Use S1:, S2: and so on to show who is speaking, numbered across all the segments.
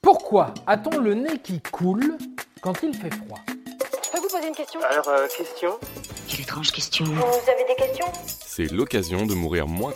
S1: Pourquoi a-t-on le nez qui coule quand il fait froid
S2: Je peux vous poser une question
S3: Alors, euh, question
S4: Quelle étrange question.
S2: Vous avez des questions
S5: C'est l'occasion de mourir moins.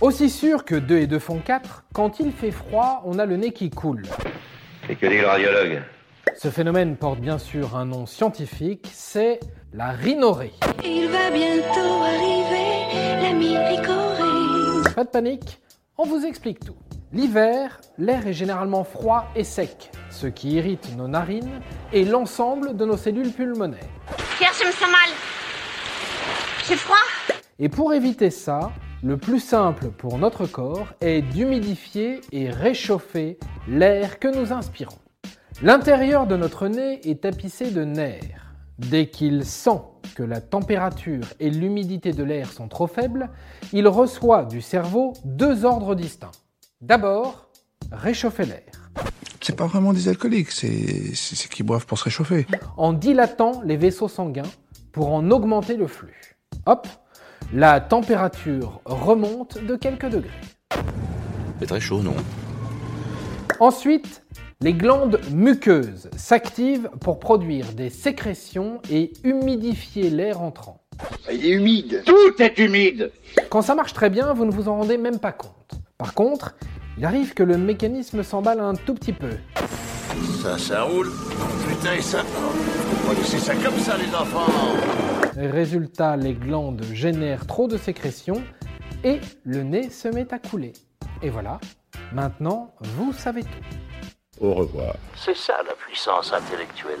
S1: Aussi sûr que 2 et 2 font 4, quand il fait froid, on a le nez qui coule.
S6: Et que dit le radiologue
S1: Ce phénomène porte bien sûr un nom scientifique, c'est la rhinorrhée.
S7: Il va bientôt arriver, l'ami Ricoré.
S1: Pas de panique, on vous explique tout. L'hiver, l'air est généralement froid et sec, ce qui irrite nos narines et l'ensemble de nos cellules pulmonaires.
S4: Pierre, je me sens mal. J'ai froid.
S1: Et pour éviter ça, le plus simple pour notre corps est d'humidifier et réchauffer l'air que nous inspirons. L'intérieur de notre nez est tapissé de nerfs. Dès qu'il sent que la température et l'humidité de l'air sont trop faibles, il reçoit du cerveau deux ordres distincts. D'abord, réchauffer l'air,
S8: C'est pas vraiment des alcooliques, c'est c'est- c'est qu'ils boivent pour se réchauffer.
S1: en dilatant les vaisseaux sanguins pour en augmenter le flux. Hop, la température remonte de quelques degrés.
S6: C'est très chaud, non
S1: Ensuite, les glandes muqueuses s'activent pour produire des sécrétions et humidifier l'air entrant.
S3: Il est humide.
S1: Quand ça marche très bien, vous ne vous en rendez même pas compte. Par contre, il arrive que le mécanisme s'emballe un tout petit peu.
S9: Ça, ça roule. Putain, et ça. On va laisser ça comme ça, les enfants.
S1: Résultat, les glandes génèrent trop de sécrétions et le nez se met à couler. Et voilà, maintenant, vous savez tout.
S10: Au revoir.
S9: C'est ça la puissance intellectuelle.